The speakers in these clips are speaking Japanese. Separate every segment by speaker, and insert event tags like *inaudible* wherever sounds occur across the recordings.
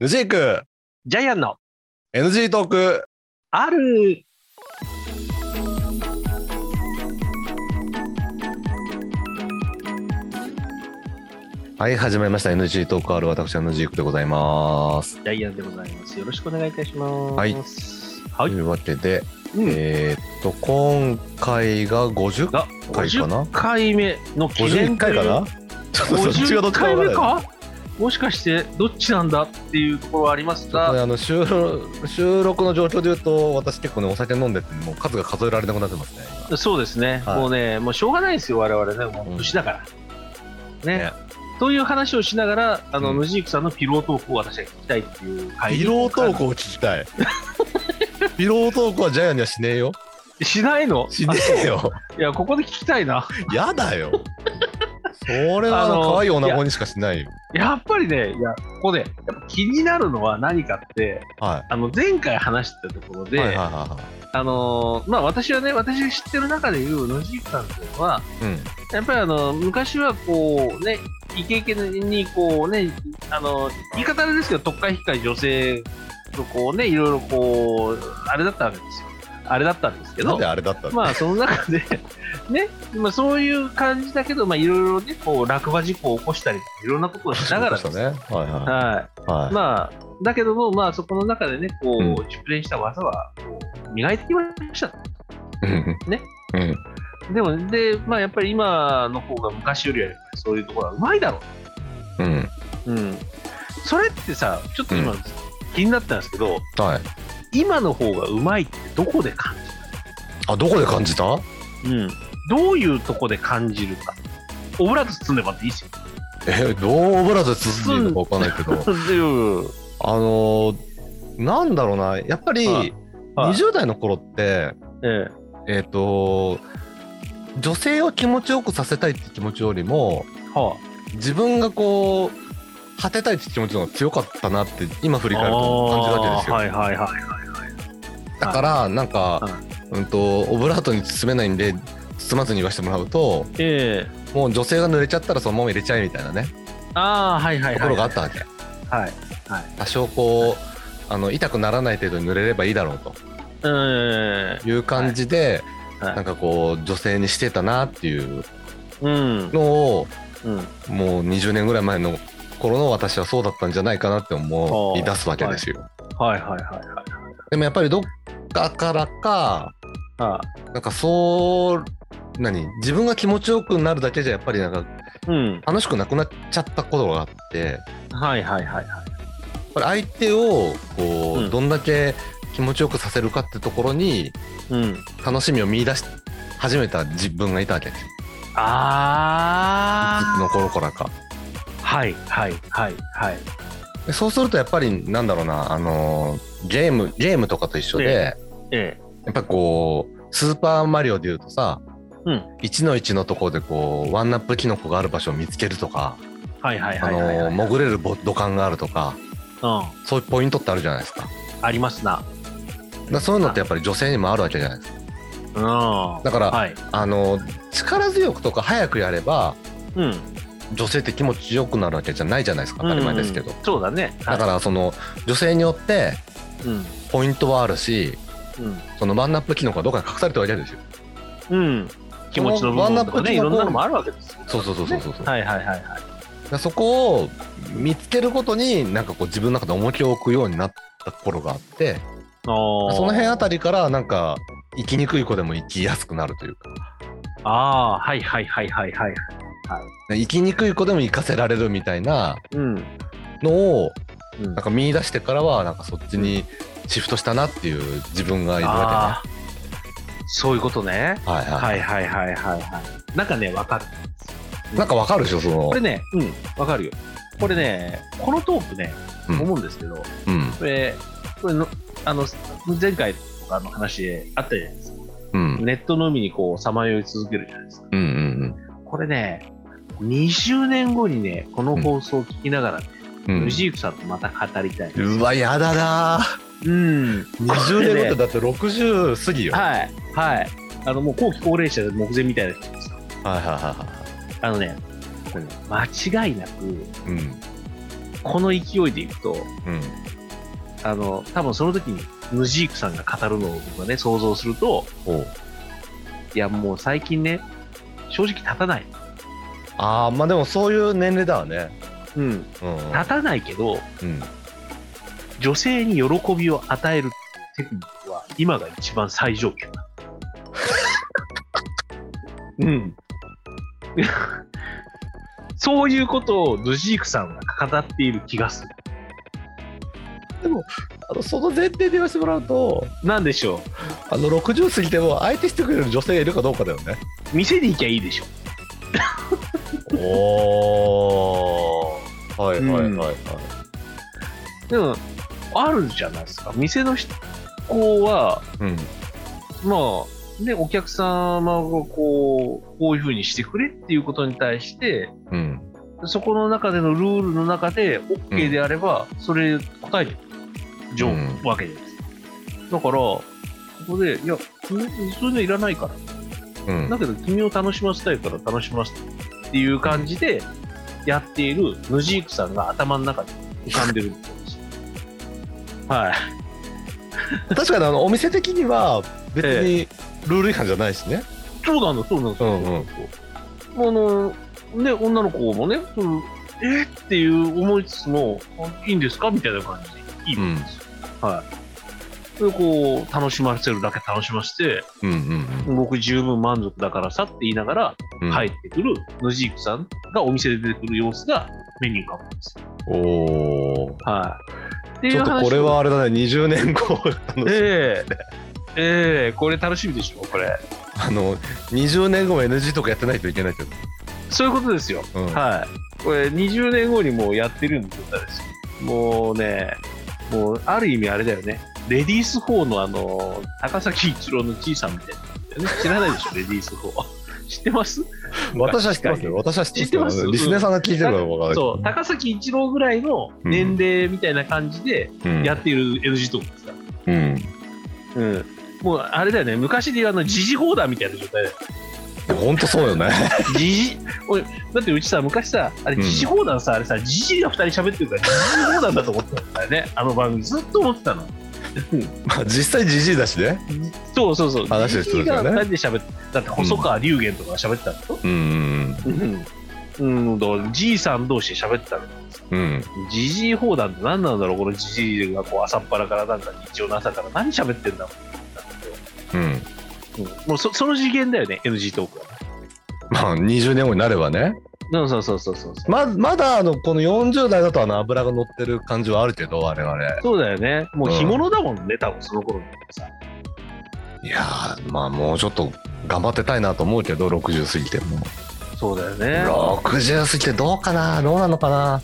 Speaker 1: ヌジーク
Speaker 2: ジャイアンの
Speaker 1: NG トーク
Speaker 2: ある
Speaker 1: はい始まりました NG トークある私はヌジークでございます
Speaker 2: ジャイアンでございます。よろしくお願いいたします。
Speaker 1: はい。
Speaker 2: はい。
Speaker 1: というわけで、
Speaker 2: うん。
Speaker 1: えーっと今回が50
Speaker 2: が、
Speaker 1: 回かな
Speaker 2: 50回目の記
Speaker 1: 51
Speaker 2: 念と
Speaker 1: 回
Speaker 2: いう
Speaker 1: かなちょっと *laughs* そっちがどっ
Speaker 2: 50
Speaker 1: ちか
Speaker 2: 回
Speaker 1: 分
Speaker 2: 目
Speaker 1: からない
Speaker 2: かもしかしてどっちなんだっていうところはあります
Speaker 1: ちょっとね
Speaker 2: が、
Speaker 1: あの収録収録の状況で言うと私結構ねお酒飲んでてもう数が数えられなくなってますね
Speaker 2: そうですね、
Speaker 1: はい
Speaker 2: もうね、もうしょうがないですよ、我々ね、
Speaker 1: う
Speaker 2: も
Speaker 1: ん
Speaker 2: う年だから。ね
Speaker 1: ね
Speaker 2: という話をしながら、あの、
Speaker 1: うん
Speaker 2: ムジークさんのピロートークを私は聞きたいっていう回
Speaker 1: ピロートークを聞きた
Speaker 2: *laughs*
Speaker 1: いピロートークはジャイアンにはしねえよ
Speaker 2: しないの
Speaker 1: しねえよ
Speaker 2: いや、ここで聞きたいな。
Speaker 1: やだよ。それはあ
Speaker 2: あ
Speaker 1: の
Speaker 2: の
Speaker 1: 可愛い女子にしかしないよ。
Speaker 2: やっぱりね、いや、ここで、やっぱ気になるのは何かって、
Speaker 1: は
Speaker 2: あの、前回話してたところ
Speaker 1: い。
Speaker 2: で、
Speaker 1: はいはいは
Speaker 2: あのーまあ私はね、私が知ってる中でいう野地さんっていうのは、
Speaker 1: いはい。うん。
Speaker 2: やっぱりあの、昔はこうね、イケイケにこうね、あの、言い方あれですけど、特会引っかい女性とこうね、いろいろこう、あれだったわけですよ。あれだったんですけ
Speaker 1: なん
Speaker 2: ど
Speaker 1: で、あれだったの、
Speaker 2: まあその中で、 *laughs* ね、まあそういう感じだけど、まあいろいろね、こう、落馬事故を起こしたり、いろんなことをしながら
Speaker 1: そ
Speaker 2: で
Speaker 1: う
Speaker 2: す
Speaker 1: でしたね。はいは
Speaker 2: はい。
Speaker 1: い。はい。
Speaker 2: まあ、だけども、まあ、そこの中でね、こう、
Speaker 1: うん
Speaker 2: 熟練した技は、こう、磨いてきました。
Speaker 1: うん
Speaker 2: ね。
Speaker 1: うん。
Speaker 2: でも、で、まあ、やっぱり今の方が昔よりは、やっぱりそういうところはうまいだろ
Speaker 1: うん。
Speaker 2: う。うん。それってさ、ちょっと今、
Speaker 1: う
Speaker 2: 気になったんですけど、
Speaker 1: はい。
Speaker 2: 今の方がうまいってどこで感
Speaker 1: あ、どこで感じた
Speaker 2: じるうん。どういうとこで感じるか。オブラート包んでもらっていいですよ。
Speaker 1: え、どうオブラートで包んでいいのかわかんないけど。 *laughs* あのー、なんだろうな。やっぱり、
Speaker 2: はいはい
Speaker 1: 20代の頃って、
Speaker 2: ええ
Speaker 1: えっ、と女性を気持ちよくさせたいって気持ちよりも、
Speaker 2: は
Speaker 1: 自分がこう、果てたいって気持ちの方が強かったなって、今振り
Speaker 2: あ、
Speaker 1: 返ると感じるわけですよ。
Speaker 2: あーはいはいはい。
Speaker 1: だからなんか、
Speaker 2: は
Speaker 1: うんとオブラートに包めないんで包まずに言わせてもらうと
Speaker 2: ええ
Speaker 1: もう女性が濡れちゃったらそのまま入れちゃえみたいなね
Speaker 2: ああ、はいはいはい。
Speaker 1: ところがあったわけ、
Speaker 2: はい。
Speaker 1: 多少こうあの痛くならない程度に濡れればいいだろう
Speaker 2: うん
Speaker 1: という感じで、
Speaker 2: はいはい
Speaker 1: なんかこう女性にしてたなっていう
Speaker 2: うん。
Speaker 1: のを
Speaker 2: うん。
Speaker 1: もう20年ぐらい前の頃の私はそうだったんじゃないかなって思い出すわけですよ、
Speaker 2: はいはいはいはい。
Speaker 1: でもやっぱりどっかからか
Speaker 2: ああ
Speaker 1: なんかそう何自分が気持ちよくなるだけじゃやっぱりなんか
Speaker 2: うん。
Speaker 1: 楽しくなくなっちゃったことがあって
Speaker 2: はいはいはいはい。
Speaker 1: これ相手をこう、
Speaker 2: うん
Speaker 1: どんだけ気持ちよくさせるかってところに
Speaker 2: うん。
Speaker 1: 楽しみを見出し始めた自分がいたわけです
Speaker 2: あ
Speaker 1: の頃からか
Speaker 2: あ。はいはいはいはい。
Speaker 1: でそうするとやっぱりなんだろうなあのーゲームゲームとかと一緒で、
Speaker 2: ええ。
Speaker 1: やっぱこうスーパーマリオでいうとさ、
Speaker 2: うん
Speaker 1: 1の1のところでこうワンナップキノコがある場所を見つけるとか、
Speaker 2: はいはい
Speaker 1: あ
Speaker 2: はいはい、
Speaker 1: のー
Speaker 2: はい。
Speaker 1: 潜れるボ土管があるとか
Speaker 2: う
Speaker 1: そういうポイントってあるじゃないですかだか
Speaker 2: ん。ありますな。
Speaker 1: らそういうのってやっぱり女性にもあるわけじゃないですか
Speaker 2: うん。だ
Speaker 1: だから、
Speaker 2: はい。
Speaker 1: あの力強くとか早くやれば
Speaker 2: うん。
Speaker 1: 女性って気持ちよくなるわけじゃないじゃないですか当たり前ですけど、
Speaker 2: うんうんそうだね。
Speaker 1: だからその女性によって
Speaker 2: ら。うん。
Speaker 1: ポイントはあるし
Speaker 2: うん。
Speaker 1: そのワンナップ機能がどっかに隠されてるわけですよ
Speaker 2: うん。気持ちの部
Speaker 1: ワンナ
Speaker 2: 分
Speaker 1: ッ
Speaker 2: と
Speaker 1: プ
Speaker 2: か
Speaker 1: 機
Speaker 2: ね、いろん
Speaker 1: 能
Speaker 2: なのもあるわけですよ。
Speaker 1: そうそうそうそうそう、だか
Speaker 2: はいはいはいはい。
Speaker 1: らそこを見つけることになんかこう自分の中で重きを置くようになった頃があって
Speaker 2: おー
Speaker 1: その辺あたりからなんか生きにくい子でも生きやすくなるというか
Speaker 2: ああ、はいはいはいはいはい。
Speaker 1: 生きにくい子でも生かせられるみたいな
Speaker 2: うん。
Speaker 1: のを
Speaker 2: う
Speaker 1: なん
Speaker 2: ん
Speaker 1: か見出してからはなんかそっちにシフトしたなっていう自分がいるわ
Speaker 2: あーそういうことね。
Speaker 1: けね。はいは。
Speaker 2: はいいはいはいはいはい。なんかね、わかる。
Speaker 1: なんかわかるでしょその
Speaker 2: これ。ね、うん、わかるよ。これね、このトークね、
Speaker 1: うん
Speaker 2: 思うんですけど、
Speaker 1: うん
Speaker 2: これ、これの、あの、前回とかの話であったじゃないですか。
Speaker 1: うん
Speaker 2: ネットの海にこう、さまよい続けるじゃないですか。
Speaker 1: うんうん
Speaker 2: これね、20年後にね、この放送を聞きながら、ね、
Speaker 1: うんうん。
Speaker 2: 藤井さんとまた語りたい。
Speaker 1: うわやだなー。
Speaker 2: うん。
Speaker 1: 20年後ってだって60過ぎよ。はい
Speaker 2: はい、はい。あの、もう後期高齢者で目前みたいな人ですよ
Speaker 1: はいはいは
Speaker 2: あのね、これね間違いなく、
Speaker 1: い。うん
Speaker 2: この勢いでいくと、
Speaker 1: うん。
Speaker 2: あの、多分その時に、ヌジークさんが語るのを僕はね、想像すると、
Speaker 1: おう
Speaker 2: いや、もう最近ね、正直立たない。
Speaker 1: ああ、まあでもそういう年齢だわね。
Speaker 2: うん。
Speaker 1: うんうん。
Speaker 2: 立たないけど、
Speaker 1: うん。
Speaker 2: 女性に喜びを与えるテクニックは、今が一番最上級だ。 *laughs* うん。 *laughs* そういうことをヌジークさんが語っている気がする。
Speaker 1: あのその前提で言わせてもらうと、
Speaker 2: なんでしょ
Speaker 1: あの60過ぎても相手してくれる女性がいるかどうかだよね。
Speaker 2: う。店に行きゃいいでしょ。
Speaker 1: おー。はいはいはいはい。
Speaker 2: でも、あるじゃないですか。店の人は、
Speaker 1: うん。
Speaker 2: まあ、ね、お客様がこう、こういうふうにしてくれっていうことに対して、
Speaker 1: うん。
Speaker 2: そこの中でのルールの中で OK であれば、それ答えてく
Speaker 1: う
Speaker 2: る、
Speaker 1: ん
Speaker 2: わけです。だから、ここで、いや、君そういうのいらないから。
Speaker 1: うん。
Speaker 2: だけど、君を楽しませたいから楽しませたいっていう感じで、やっているヌジークさんが頭の中に浮かんでるん
Speaker 1: *laughs*
Speaker 2: ですよ。はい。
Speaker 1: 確かにあのお店的には別にルール違反じゃないしね。
Speaker 2: そうなんだ、そうなんですよ。
Speaker 1: うんうん
Speaker 2: あの、ね、女の子もね、そのえーっていう思いつつも、あいいんですかみたいな感じで、いいんですよ。はい。で、こう、楽しませるだけ楽しませて、
Speaker 1: うん
Speaker 2: 僕十分満足だからさって言いながら、
Speaker 1: うん
Speaker 2: 入っ。てくるヌジークさんがお店で出てくる様子がメニューかもですよ。
Speaker 1: おお。
Speaker 2: はい。ってい
Speaker 1: ち
Speaker 2: う
Speaker 1: ょっと
Speaker 2: 話
Speaker 1: これはあれだね、20年後あ *laughs* の
Speaker 2: ええええこれ楽しみでしょ、これ。
Speaker 1: あの、20年後も NG とかやってないといけないけど。
Speaker 2: そういうことですよ。
Speaker 1: うん
Speaker 2: はい。これ20年後にもうやってるんですよ、ですもうね、もうある意味あれだよね。レディース4のあの、高崎一郎のじいさんみたいな、ね。知らないでしょ、レディー *laughs* ス4。知ってます
Speaker 1: 私は知ってますよ。私は知ってます
Speaker 2: 知ってます
Speaker 1: よ。リスナーさんが聞いてるからわからない。
Speaker 2: そう、高崎一郎ぐらいの年齢みたいな感じで
Speaker 1: うん
Speaker 2: やっている NG トークですから。
Speaker 1: うん。
Speaker 2: うん。もうあれだよね、昔で言うあの、時事放談みたいな状態だよ
Speaker 1: 本当そうよね。 *laughs*
Speaker 2: じ *laughs* じ、おい、だってうちさ、昔さ、あれ、
Speaker 1: うん
Speaker 2: 時事放談さ、あれさ、じじいが二人喋ってるから、時事放談だと思ってたんだよね、あの番組、ずっと思ってたの。
Speaker 1: まあ実際じじいだしね。
Speaker 2: そうそうそう、
Speaker 1: 話を
Speaker 2: じ
Speaker 1: す
Speaker 2: じ
Speaker 1: る
Speaker 2: い
Speaker 1: んだ
Speaker 2: が
Speaker 1: よね
Speaker 2: 二人で喋って、だって細川龍玄とかが喋ってたの
Speaker 1: うん。
Speaker 2: うん、うん、だから、じいさん同士で喋ってたの。
Speaker 1: うん。
Speaker 2: じじい放談って何なんだろう、このじじいがこう朝っぱらから、なんか日曜の朝から、何喋ってんだろ
Speaker 1: うん。
Speaker 2: う、うん、もうそその次元だよね、NG トークは。
Speaker 1: まあ20年後になればね。
Speaker 2: うんそうそうそうそうそう。
Speaker 1: ま、まだあの、この40代だとあの油が乗ってる感じはあるけど、我々。
Speaker 2: そうだよね。もう干物だもんね、多分その頃のさ。
Speaker 1: いやーまあもうちょっと頑張ってたいなと思うけど60過ぎても
Speaker 2: そうだよね。
Speaker 1: 60過ぎてどうかなどうなのかな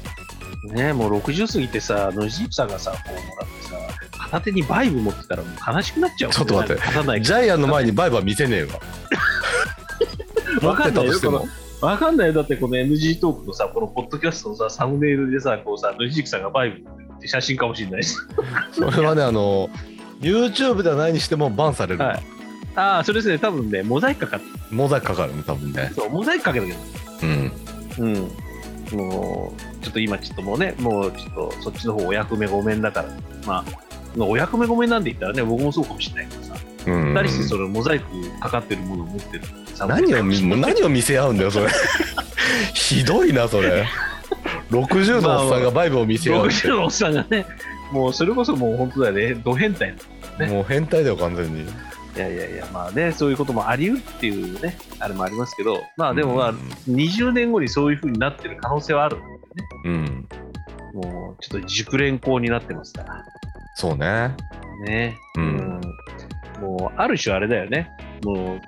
Speaker 2: ねえもう60過ぎてさ、ノイジープさんがさ、こうもらってさ、片手にバイブ持ってたらもう悲しくなっちゃう。
Speaker 1: ちょっと待って
Speaker 2: 勝たない
Speaker 1: ジャイアンの前にバイバイ見せねえわ
Speaker 2: わかんない
Speaker 1: 持ってたと
Speaker 2: よ、
Speaker 1: して
Speaker 2: こ
Speaker 1: も
Speaker 2: の。わかんないよ。だってこの NG トークのさ、このポッドキャストのさ、サムネイルでさ、こうさ、ノイジープさんがバイブって写真かもしれないし。
Speaker 1: それはねあの YouTube ではないにしてもバンされる、
Speaker 2: はいああ、それですね、多分ね、モザイクかかって
Speaker 1: モザイクかかるね多分ね
Speaker 2: そう、モザイクかけたけど。
Speaker 1: うん
Speaker 2: うん。もう、ちょっと今ちょっともうね、もうちょっとそっちの方お役目ごめんだから、まあ、お役目ごめんなんて言ったらね、僕もそうかもしれないけどさ。
Speaker 1: うん
Speaker 2: 二人してそれモザイクかかってるものを持ってるサムネ
Speaker 1: 何
Speaker 2: イル
Speaker 1: を見もう何を見せ合うんだ
Speaker 2: *laughs*
Speaker 1: よそれひどいなそれ60のおっさんがバイブを見せ合うって、
Speaker 2: 60のおっさんがねもうそれこそもう本当だよねド変態ね
Speaker 1: もう変態だよ完全に
Speaker 2: いやいやいやまあねそういうこともありうるっていうねあれもありますけどまあでもまあ、20年後にそういうふうになってる可能性はある
Speaker 1: うん
Speaker 2: もうちょっと熟練校になってますから
Speaker 1: そうね
Speaker 2: ね
Speaker 1: うん
Speaker 2: うんもうある種あれだよねもう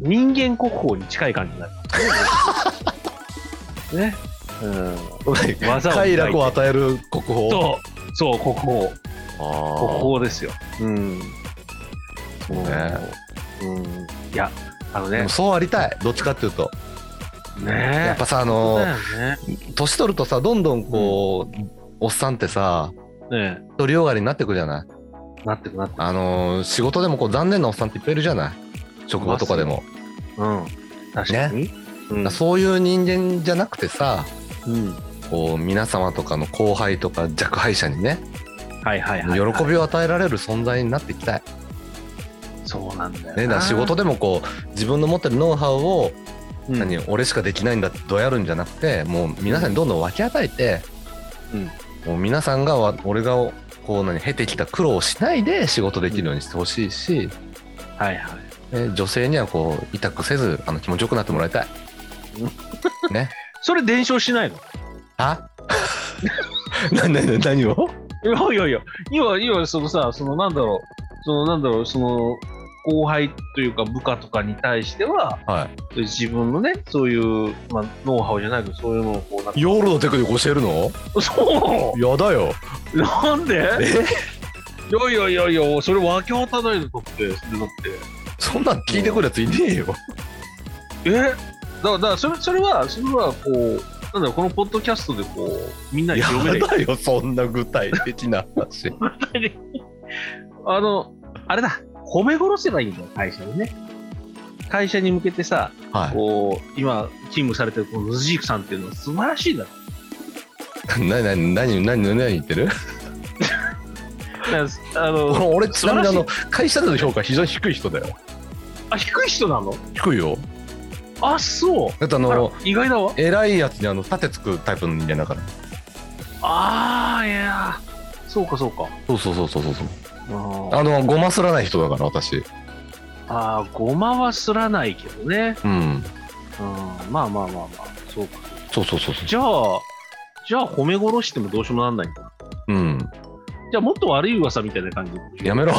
Speaker 2: 人間国宝に近い感じにな
Speaker 1: *laughs*
Speaker 2: るねうん *laughs* 技を磨い
Speaker 1: 快
Speaker 2: て
Speaker 1: 楽を与える国宝
Speaker 2: そう、そう、国宝、
Speaker 1: あ
Speaker 2: 国
Speaker 1: ー
Speaker 2: 宝ですよ。うん。
Speaker 1: そうね。
Speaker 2: うん。いや、あの
Speaker 1: で
Speaker 2: ね
Speaker 1: も、そうありたいどっちかっていうと、
Speaker 2: ね
Speaker 1: やっぱさあ
Speaker 2: そう
Speaker 1: の
Speaker 2: だよね。
Speaker 1: 年取るとさどんどんこう、おっさんってさ
Speaker 2: ね
Speaker 1: 独りよがりになってくじゃない
Speaker 2: えなってくなって
Speaker 1: あのー仕事でもこう残念なおっさんっていっぱいいるじゃない職場とかでも、
Speaker 2: く。うん。確かに。うん
Speaker 1: そういう人間じゃなくてさ
Speaker 2: うん。
Speaker 1: こう皆様とかの後輩とか弱敗者にね
Speaker 2: はいはいはい、はい。
Speaker 1: 喜びを与えられる存在になっていきたい、
Speaker 2: そうなんだよな。
Speaker 1: ね、だから仕事でもこう自分の持ってるノウハウを
Speaker 2: うん、
Speaker 1: 何俺しかできないんだってどうやるんじゃなくてもう皆さんにどんどん分け与えて、
Speaker 2: うん
Speaker 1: もう皆さんがわ俺がこう何経てきた苦労をしないで仕事できるようにしてほしいし、
Speaker 2: はいはい。
Speaker 1: ね女性にはこう痛くせずあの気持ちよくなってもらいたい。
Speaker 2: それ伝承しないの
Speaker 1: あ *laughs* ななな何を
Speaker 2: いやいやいや、今、今、そのさ、そのなんだろう、そのなんだろう、その後輩というか部下とかに対しては、
Speaker 1: は
Speaker 2: 自分のね、そういう、まあ、ノウハウじゃないけど、そういうのをこうなんか
Speaker 1: い。夜のテクニック教えるの
Speaker 2: そ
Speaker 1: やだよ。
Speaker 2: うなんで
Speaker 1: え
Speaker 2: いやいやいやいや、それ分け渡ないのだって、それだって。
Speaker 1: そんなん聞いてくるやついねえよ。
Speaker 2: えだから、だからそれそれは、それはこう、なんだろう、このポッドキャストでこう、みんなに
Speaker 1: や
Speaker 2: 広める。
Speaker 1: だよそんな具体的な話。
Speaker 2: あの、あれだ、褒め殺せばいいんだよ、会社にね。会社に向けてさ、
Speaker 1: は
Speaker 2: こう、今、勤務されてるこのズジークさんっていうのは素晴らしいんだ。
Speaker 1: い。なな何何何何言ってる？
Speaker 2: だからあの、
Speaker 1: 俺ちなみにあ
Speaker 2: 素晴ら
Speaker 1: の会社での評価非常に低い人だよ。
Speaker 2: あ、低い人なの
Speaker 1: 低いよ
Speaker 2: あ、そう。
Speaker 1: だってあ
Speaker 2: あら
Speaker 1: の
Speaker 2: 意外だわ。
Speaker 1: 偉いやつにあの盾つくタイプの人間だから
Speaker 2: ああ、いやー、そうかそうか。
Speaker 1: そうそうそうそうそうそう
Speaker 2: あ
Speaker 1: あのごますらない人だから私
Speaker 2: あー、ごまはすらないけどね。
Speaker 1: うん
Speaker 2: うん、まあまあまあまあ、そうか。
Speaker 1: そうそうそうそ
Speaker 2: じゃあ、じゃあ褒め殺してもどうしようもなんないんだ。
Speaker 1: ううん
Speaker 2: じゃあもっと悪い噂みたいな感じ。
Speaker 1: やめろ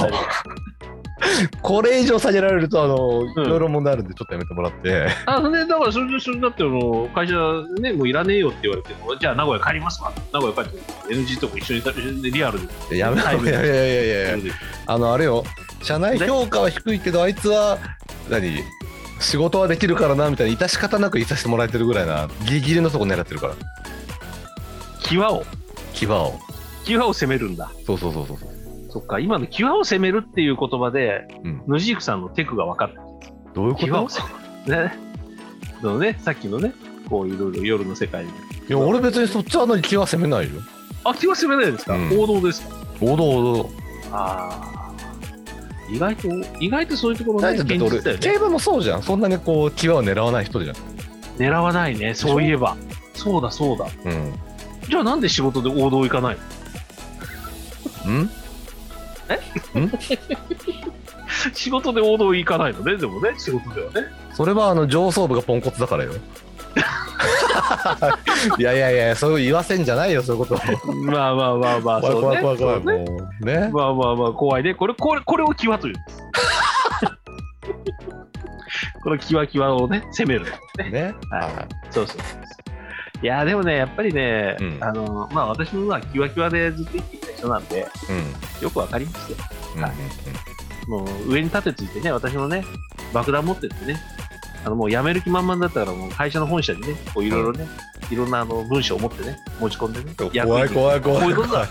Speaker 1: これ以上下げられるとあの、
Speaker 2: ん
Speaker 1: いろいろ問題あるんでちょっとやめてもらって
Speaker 2: あ、それでだからそれで、それだってあの、会社ね、もういらねえよって言われて、じゃあ名古屋帰りますか名古屋帰って、NG とこ一緒に食べリアルで。
Speaker 1: いややめろ
Speaker 2: はい
Speaker 1: いやいやいやいやいやあのあれよ社内評価は低いけどあいつは何仕事はできるからなみたいな致し方なくいさせてもらえてるぐらいなギリギリのとこ狙ってるから
Speaker 2: 際を、
Speaker 1: 牙を
Speaker 2: 際を攻めるんだ。
Speaker 1: そうそうそうそうそう
Speaker 2: そっか、今の際を攻めるっていう言葉で、
Speaker 1: うん
Speaker 2: ヌジークさんのテクが分かった。
Speaker 1: どういうこ
Speaker 2: 際
Speaker 1: と
Speaker 2: を攻める。ね。そのね、さっきのね、こういろいろ夜の世界で。
Speaker 1: いや俺別にそっちは何気は責めないよ
Speaker 2: あ、際攻めないですか、
Speaker 1: うん
Speaker 2: 王道ですか
Speaker 1: おどおど
Speaker 2: ああ。意外と、意外とそういうところ
Speaker 1: だ
Speaker 2: ね、
Speaker 1: って
Speaker 2: 現実だ
Speaker 1: 俺
Speaker 2: よ
Speaker 1: 競
Speaker 2: ね。
Speaker 1: 馬もそうじゃんそんなにこう際を狙わない人じゃん
Speaker 2: 狙わないね、そういえば。そうだ、そうだ。
Speaker 1: う
Speaker 2: じゃあなんで仕事で王道行かないの *laughs*
Speaker 1: んん
Speaker 2: 仕事で王道行かないのね、でもね、仕事ではね。
Speaker 1: それはあの上層部がポンコツだ
Speaker 2: *laughs*
Speaker 1: からよいやいやいやそう言わせんじゃないよそういうこと
Speaker 2: まあまあまあまあ、そうね。そうね
Speaker 1: もうね
Speaker 2: まあまあまあ、怖いね。これ、これ、これを際
Speaker 1: *laughs*
Speaker 2: というんです。この際際をね、攻める。
Speaker 1: ね
Speaker 2: はい
Speaker 1: は
Speaker 2: そうそうそうそう。いやーでもね、やっぱりね、
Speaker 1: うん
Speaker 2: あのまあ、私もまあ、際際でずっと生きてきた人なんで、
Speaker 1: いうん
Speaker 2: よくわかりますよ。
Speaker 1: うん
Speaker 2: はいもう上に立てついてね、私もね、爆弾持ってってね、あのもう辞める気満々だったから、もう会社の本社にね、こういろいろね、いろんなあの文章を持ってね、持ち込んでね、
Speaker 1: うん怖い怖い怖
Speaker 2: こうい
Speaker 1: いう
Speaker 2: ことだ。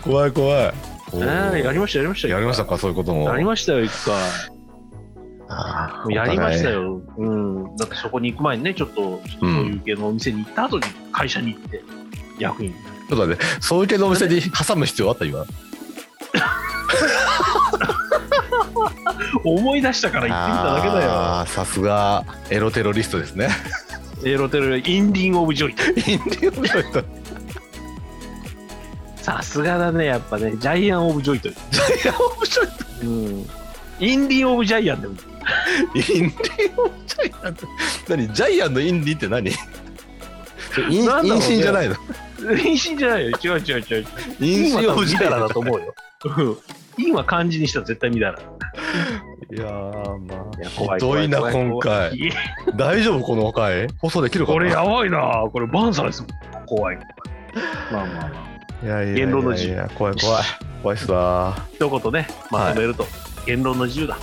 Speaker 1: 怖い怖いお
Speaker 2: ああ、や
Speaker 1: ー
Speaker 2: りました、やりました。
Speaker 1: やりましたかそういうことも
Speaker 2: やりましたよ、一回。
Speaker 1: あー
Speaker 2: もうやりましたよ。うん。だってそこに行く前にね、ちょっと、ちょっとそういう系のお店に行った後に、会社に行って、役員。
Speaker 1: お互いちょっと待ってそういう系のお店に挟む必要あった今
Speaker 2: 思い出したから行ってみただけだ
Speaker 1: あーさすがエロテロリストです
Speaker 2: *laughs*
Speaker 1: ね
Speaker 2: よ。エロテロ、インディン・オブ・ジョイ。
Speaker 1: インディオンの人
Speaker 2: さすがだね、やっぱね、ジャイアン・オブ・ジョイという。
Speaker 1: いや面白い
Speaker 2: うん。インディン・オブ・ジャイアンでも
Speaker 1: インディオンジャイアンって何ジャイアンのインディって何それイン
Speaker 2: なんだろうね
Speaker 1: 陰信じゃないの
Speaker 2: 妊娠じゃないよ。違う違う違う。
Speaker 1: 陰
Speaker 2: 陰
Speaker 1: 信
Speaker 2: は
Speaker 1: を
Speaker 2: 多分み
Speaker 1: じ
Speaker 2: だ
Speaker 1: た
Speaker 2: ら
Speaker 1: ら
Speaker 2: だと思うよ。うん陰は漢字にしたら絶対みだら。
Speaker 1: いやーま
Speaker 2: い
Speaker 1: あ
Speaker 2: や
Speaker 1: ひ
Speaker 2: 怖い
Speaker 1: ど
Speaker 2: 怖
Speaker 1: い
Speaker 2: い
Speaker 1: な
Speaker 2: 怖い
Speaker 1: 今回
Speaker 2: いや
Speaker 1: 大丈夫この回放送できるかな
Speaker 2: これやばいな。これバンサーですもん。怖い。まあまあまあ。
Speaker 1: いやいやいや
Speaker 2: 言論の自
Speaker 1: い
Speaker 2: 由
Speaker 1: や怖い怖い怖いっすなー
Speaker 2: 一言ね、まとめると、言論の自由だ。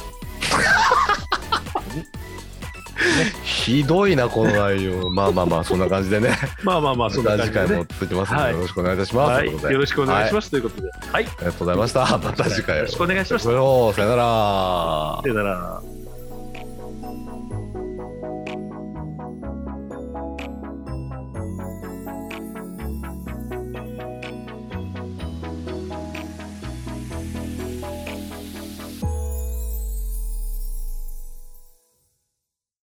Speaker 1: ひどいなこの内容まあまあまあそんな感じでね
Speaker 2: まあまあまあ、そん
Speaker 1: ま
Speaker 2: な
Speaker 1: た
Speaker 2: 感
Speaker 1: 次
Speaker 2: じで
Speaker 1: 回も
Speaker 2: ね。
Speaker 1: 続きますの
Speaker 2: は
Speaker 1: でよ
Speaker 2: い
Speaker 1: ろしくお願いいたします、
Speaker 2: はい。
Speaker 1: ということ
Speaker 2: よ
Speaker 1: で
Speaker 2: ろしくお願いし
Speaker 1: は
Speaker 2: ます。ということで。はい。
Speaker 1: ありがとうございましたまた次回
Speaker 2: よろしくお願いします。
Speaker 1: さよなら
Speaker 2: さよなら。